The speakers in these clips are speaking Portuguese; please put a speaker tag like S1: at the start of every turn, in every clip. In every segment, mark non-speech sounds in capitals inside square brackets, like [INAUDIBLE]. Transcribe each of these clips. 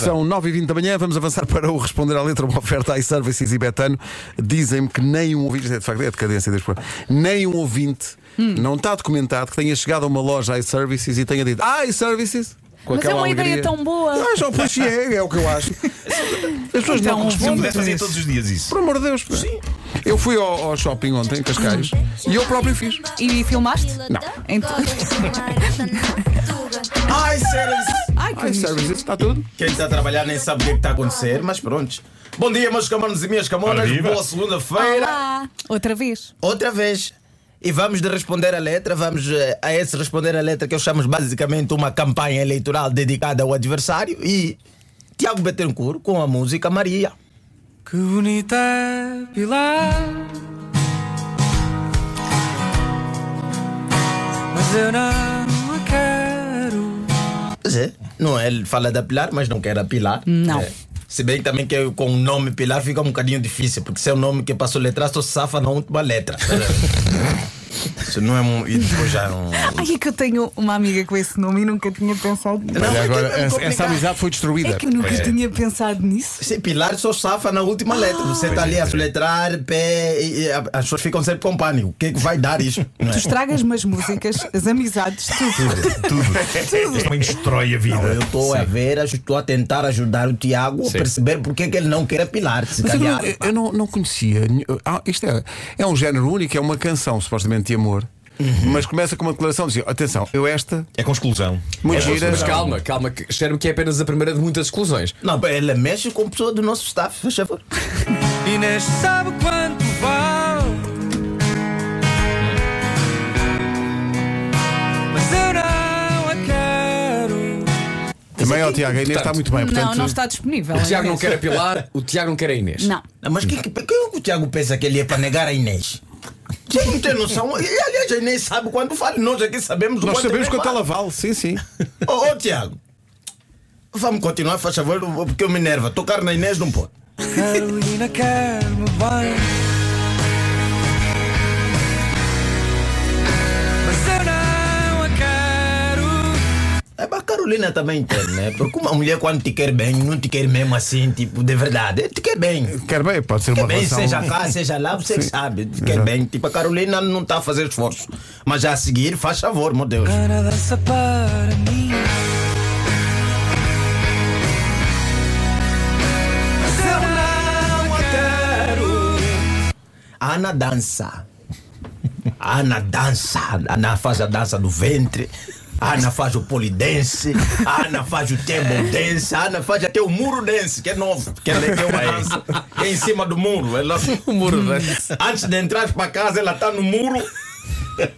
S1: São 9h20 da manhã, vamos avançar para o responder à letra, uma oferta iServices e Betano. Dizem-me que nem um ouvinte, é de facto é a decadência deste programa, nem um ouvinte
S2: Hum.
S1: não está documentado que tenha chegado a uma loja iServices e tenha dito "Ah, iServices. com
S2: Mas é
S1: aquela
S2: uma ideia
S1: alegria.
S2: tão boa.
S1: Ah, já, pois
S2: [LAUGHS]
S1: é, é o que eu acho. As pessoas
S2: Então,
S1: não
S2: Bom,
S3: Se eu
S1: respondem.
S3: pudesse fazer todos os dias isso.
S1: Por amor de Deus. Sim. Eu fui ao, ao shopping ontem, em Cascais, e eu próprio fiz.
S2: E filmaste?
S1: Não.
S2: Então...
S4: Ai, sério.
S2: Ai, que
S1: Ai,
S2: nisto.
S1: services, Ah, está tudo.
S4: Quem está a trabalhar nem sabe o que é que está a acontecer, mas pronto. Bom dia, meus camarones e minhas camonas.
S3: Ora, viva.
S4: Boa segunda-feira.
S2: Olá. Outra vez.
S4: Outra vez. E vamos de responder a letra, vamos eh, a esse responder a letra que eu chamo basicamente uma campanha eleitoral dedicada ao adversário e Tiago Betancourt com a música Maria.
S5: Que bonita é Pilar Mas eu não a quero
S4: Pois é, não é, ele fala da Pilar, mas não quer a Pilar.
S2: Não.
S4: É. Se bem que também que eu, com o nome Pilar fica um bocadinho difícil, porque se é um nome que passou letra, só safa na última letra. Isso não é um. E depois já não.
S2: Ai, é que eu tenho uma amiga com esse nome e nunca tinha pensado nisso.
S1: Olha,
S4: é
S1: agora,
S4: que é
S1: essa,
S4: complicado.
S1: essa amizade foi destruída.
S2: É que nunca
S3: É.
S2: tinha pensado nisso.
S4: Sim, Pilar só safa na última letra. Você está ali a soletrar, pé, e, e a- as pessoas ficam sempre com pânico. O que é que vai dar [LAUGHS] isto? Não
S2: Tu
S4: é?
S2: estragas umas músicas, as amizades, tudo.
S3: Este homem destrói a vida.
S4: Eu estou a ver, eu estou a tentar ajudar o Tiago a
S3: Sim.
S4: perceber porque é que ele não quer a Pilar. Se
S1: Mas eu
S4: calhar.
S1: não, eu não, não conhecia. nenhum- Ah, isto é, é um género único, é uma canção supostamente de amor. Mas começa com uma declaração de atenção, eu esta,
S3: É com exclusão.
S1: muito gira.
S6: Mas calma, calma, que espero que é apenas a primeira de muitas exclusões.
S4: Não, pá, ele mexe com pessoa do nosso staff, faz favor.
S5: Inês sabe quanto vale Mas eu não a quero
S1: Também ó Tiago, a Inês está
S6: Portanto,
S1: muito bem. é? Portanto,
S2: Não, não está disponível.
S6: O Tiago não
S2: Inês.
S6: quer a Pilar, o Tiago não quer a Inês.
S2: Não.
S4: Não, Mas que, que, que o Tiago pensa que ele é para negar a Inês? Você não tem noção? E aliás, a Inês sabe quando fala. Nós aqui sabemos o
S1: nós
S4: quanto
S1: sabemos
S4: ele
S1: quanto
S4: vale.
S1: ela vale, sim, sim.
S4: Ô, ô, Tiago, vamos continuar, faz favor, porque eu me enerva. Tocar na Inês não pode.
S5: Carolina quer-me bem Mas eu não a quero
S4: É, mas a Carolina também tem, né? Porque uma mulher, quando te quer bem, não te quer mesmo assim, tipo, de verdade. Ele te quer bem. Te
S1: Quer bem, pode ser uma
S4: Quer bem,
S1: relação.
S4: seja cá, seja lá, você que sabe. Te quer bem. Tipo, a Carolina não está a fazer esforço. Mas já a seguir, faz favor, meu Deus.
S5: Ana dança para mim Mas eu não a quero
S4: Ana dança. Ana dança. Ana faz a dança do ventre. Ana faz o polidense. Ana faz o table dance. Ana faz até o muro dance, que é novo. Que é que é uma dança. Que é em cima do muro. Ela,
S6: O muro dance.
S4: antes de entrar para casa, ela está no muro.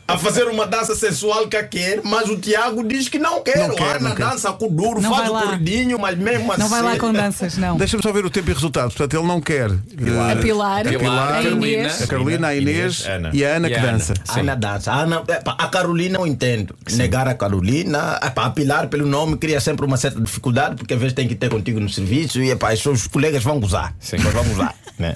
S4: A fazer uma dança sensual que a quer, mas o Tiago diz que não quer.
S1: Não quer,
S4: Ana
S1: não quer.
S4: dança com duro,
S2: Não
S4: faz
S2: vai
S4: o
S2: lá.
S4: gordinho, mas mesmo assim.
S2: Não vai lá com danças, não.
S1: Deixa-me só ver o tempo e resultado. Portanto, ele não quer. eh,
S2: A Pilar,
S1: A Pilar,
S2: a
S6: Carolina.
S2: Inês.
S1: A Carolina, a Inês,
S3: Inês, Ana.
S1: e a Ana
S6: E
S1: que
S6: a Ana.
S1: dança.
S4: A Ana dança. Ah, A, Ana, epa, a Carolina eu entendo. Negar a Carolina, epa, a Pilar pelo nome cria sempre uma certa dificuldade, porque às vezes tem que ter contigo no serviço e epa, os seus colegas vão gozar.
S6: Sim.
S4: Mas vão gozar.
S6: [LAUGHS]
S4: né?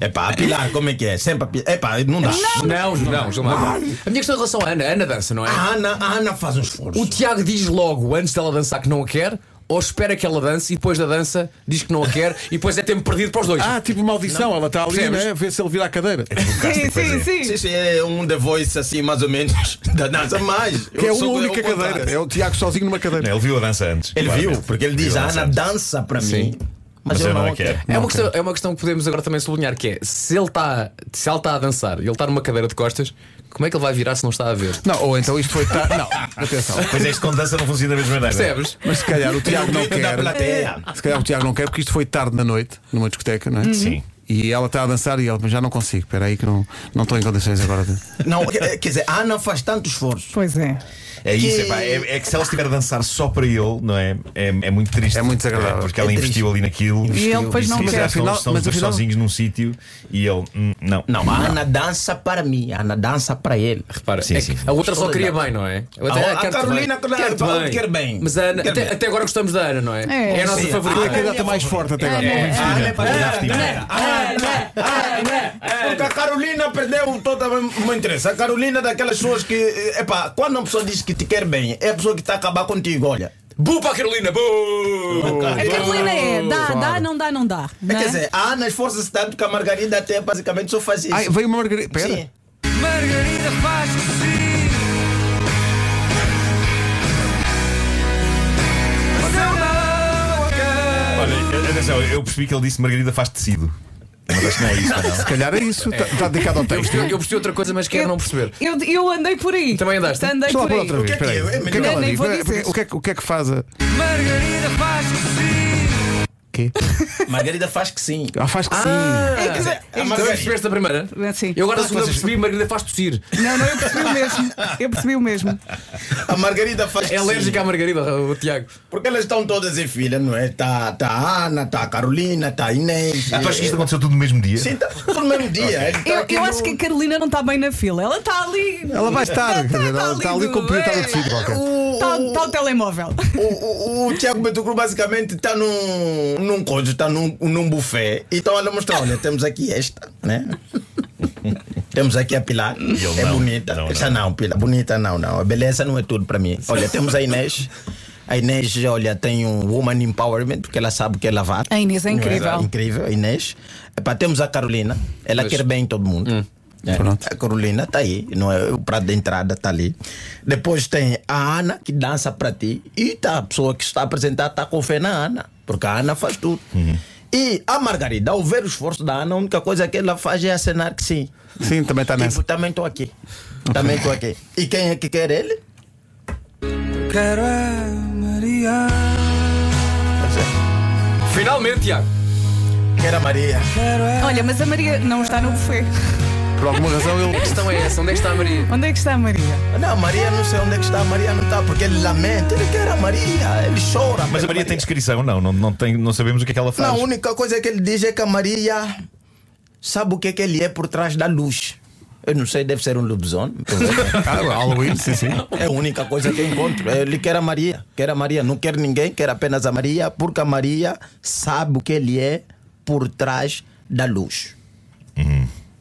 S4: Epa, a Pilar, como é que é? Sempre a Pilar. Epa, não dá.
S6: Não, não, Gilmar. A minha questão em relação à Ana, a Ana dança, não é?
S4: A Ana, a Ana faz um esforço.
S6: O Tiago diz logo, antes dela dançar, que não a quer, ou espera que ela dance e depois da dança diz que não a quer e depois é tempo perdido para os dois.
S1: Ah, tipo uma audição, ela está ali,
S6: Percebes?
S1: né? Vê se ele vira a cadeira.
S2: Sim, sim, sim.
S4: Sim, sim, é um The Voice assim, mais ou menos, [LAUGHS] da dança mais.
S1: Que é
S4: Eu
S1: uma
S4: sou- o
S1: única
S4: contrário.
S1: cadeira. É o Tiago sozinho numa cadeira.
S3: Ele viu a dança antes.
S4: Ele viu,
S3: claramente.
S4: porque ele diz: "Ah, a
S3: Viu dança
S4: Ana
S3: antes.
S4: dança para
S6: Sim.
S4: mim, mas, eu não a quero.
S6: É uma, questão, é uma questão que podemos agora também sublinhar que é se ele está se ela está a dançar e ele está numa cadeira de costas, como é que ele vai virar se não está a ver?
S1: Não, ou então isto foi. ta- Não, atenção.
S3: Pois é, isto com dança não funciona da mesma maneira.
S6: Percebes?
S1: Mas se calhar o Tiago não
S4: grito da
S1: quer.
S4: plateia.
S1: Se calhar o Tiago não quer, porque isto foi tarde na noite, numa discoteca, não é?
S3: Sim.
S1: E ela está a dançar e ela, mas já não consigo, espera aí que não, não estou em condições agora de.
S4: Não, é, quer quer dizer, a Ana faz tanto esforço.
S2: Pois é.
S3: É isso,
S4: Que-
S3: é, pá, é, é que se ela estiver a dançar só para ele, não é? É, é muito triste.
S1: É muito desagradável.
S3: Porque ela
S4: É
S3: investiu ali naquilo.
S2: E ele depois não
S3: se
S2: quer.
S3: calhar
S1: Mas afinal-
S3: estão
S1: mas
S3: os dois
S1: afinal-
S3: sozinhos num sítio e ele. hum, Não.
S4: Não, a Ana dança para mim, a Ana dança para ele.
S6: Repara,
S3: Sim,
S6: é
S3: sim.
S6: que a outra só queria bem, não é? outra-
S4: A-
S6: ah,
S4: a
S6: quero-te
S4: Carolina, claro,
S6: quero-te
S4: fala que quer bem.
S6: Mas a Ana,
S4: Quer
S6: até,
S4: bem.
S6: até agora gostamos da Ana, não é?
S2: É.
S6: é a nossa
S4: Sim,
S6: favorita.
S1: É a candidata mais forte até agora.
S3: É muito
S4: Ana é
S3: evidente.
S4: para
S3: Ana,
S4: Ana, Ana, Ana. Porque a Carolina perdeu todo o meu interesse. A Carolina é daquelas pessoas que, eh, epá, quando uma pessoa diz que te quer bem, é a pessoa que está a tá acabar contigo. Olha,
S6: Bu para a Carolina! Bu!
S7: A Carolina é, dá, dá, não dá, não dá. não
S4: É,
S7: é?
S2: Né?
S4: quer dizer, a Ana esforça-se tanto que a Margarida até basicamente só faz isso.
S1: Ai, veio uma margarida. Pera.
S4: Sim.
S5: Margarida faz tossir. Mas eu não a quero.
S3: Olha, atenção, eu percebi que ele disse Margarida faz tecido. Mas acho que não é isso,
S4: [LAUGHS]
S3: não.
S1: Se calhar é isso. Está dedicado ao
S6: Eu
S1: texto.
S6: percebi, eu percebi outra coisa, mas quero não perceber.
S7: Eu, eu andei por aí.
S6: Também andaste?
S7: Andei
S1: Deixa lá
S7: por
S1: por
S7: aí.
S1: outra vez.
S4: que é que
S1: espera aí.
S4: é?
S1: O que é que ela
S7: Nem
S1: diz?
S7: vou
S1: O que-
S7: dizer.
S1: O que é que- o que é que faz a.
S5: Margarida faz tossir.
S1: Quê?
S4: Margarida faz que sim.
S1: Ah, faz que sim.
S4: É, quer dizer, a
S6: Também
S4: Margarida.
S6: percebeste a primeira?
S7: É, Sim.
S6: Eu agora a segunda
S3: vocês-
S6: percebi, Margarida faz tossir. É
S2: Não, não, eu percebi o mesmo. Eu percebi o mesmo.
S4: A Margarida faz
S6: É
S4: que
S6: alérgica
S4: sim.
S6: à Margarida, o Tiago.
S4: Porque elas estão todas em filha, não é? Tá, tá a Ana, tá a Carolina, tá a Inês.
S3: Ah, tu achas que isto aconteceu tudo no mesmo dia?
S4: Sim, tá tudo no mesmo dia. Ele tá
S7: Eu,
S4: aqui
S7: eu
S4: no-
S7: acho que a Carolina não está bem na fila. Ela está ali.
S1: Ela vai estar. quer dizer,
S7: tá
S1: Ela está ali
S7: lindo,
S1: com o piloto
S7: é.
S1: de qualquer.
S7: Está tá o telemóvel.
S4: O, o, o Tiago Betucru basicamente está num, num coisa, está num, num buffet e estão a mostrar: olha, temos aqui esta, né? temos aqui a Pilar,
S3: ele,
S4: é
S3: não,
S4: bonita.
S3: não,
S4: Essa não, Pilar, bonita não, não. A beleza não é tudo para mim. Olha, temos a Inês. A Inês, olha, tem um woman empowerment, porque ela sabe o que é lavar.
S7: A Inês é
S4: Não
S7: incrível.
S4: incrível, a Inês. Epá, temos a Carolina, ela
S6: Pois.
S4: quer bem todo mundo.
S3: Hum.
S4: É,
S1: Pronto.
S4: A Carolina está aí, não é? o prato de entrada está ali. Depois tem a Ana, que dança para ti. E tá, a pessoa que está a apresentar está com fé na Ana, porque a Ana faz tudo.
S3: Uhum.
S4: E a Margarida, ao ver o esforço da Ana, a única coisa que ela faz é acenar que sim.
S1: Sim, também está
S4: Tipo,
S1: nessa.
S4: também estou aqui. Também estou aqui. E quem é que quer ele?
S5: Quero é Maria.
S6: Finalmente, Tiago.
S4: Quer a Maria.
S7: Olha, mas a Maria não está no buffet.
S1: Por alguma razão ele.
S6: A questão é essa: onde é que está a Maria?
S7: Onde é que está a Maria?
S4: Não, a Maria não sei onde é que está, a Maria não está, porque ele lamenta, ele quer a Maria, ele chora.
S3: Mas a
S4: pela
S3: Maria tem descrição, não, não, não, tem, não sabemos o que é que ela faz.
S4: Não, a única coisa que ele diz é que a Maria sabe o que, é que ele é por trás da luz. Eu não sei, deve ser um lobisomem. provavelmente.
S1: Ah, Halloween, sim, sim.
S4: É a única coisa que eu encontro. É, Ele quer a Maria, quer a Maria, não quer ninguém, quer apenas a Maria, porque a Maria sabe o que ele é por trás da luz.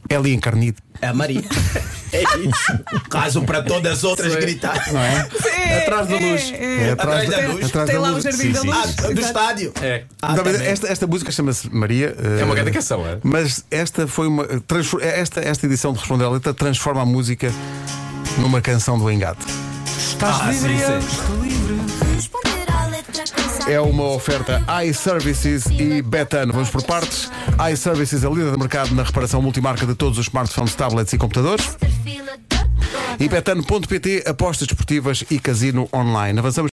S1: É ali encarnido.
S4: É a Maria. [LAUGHS] É isso. Caso para todas as outras
S6: Sim.
S4: gritar.
S6: Atrás da luz.
S1: É atrás
S4: Atrás da
S1: da
S4: luz.
S1: atrás
S7: Tem
S1: da
S7: lá o
S1: luz.
S7: jardim da
S3: sim,
S7: luz.
S4: Ah, do estádio.
S6: É.
S4: Ah,
S1: Não, mas
S4: também.
S1: esta, esta música chama-se Maria. eh,
S6: uma grande canção, é?
S1: Mas esta foi uma. eh, transfor- Esta, esta edição de Responder à Letra transforma a música numa canção do engate.
S5: Estás livre, eu estou livre.
S8: Responder à letra cansada.
S1: É uma oferta iServices e Betano. Vamos por partes. iServices, é a líder de mercado na reparação multimarca de todos os smartphones, tablets e computadores.
S8: Fila da
S1: E betano.pt, apostas desportivas e casino online. Avançamos.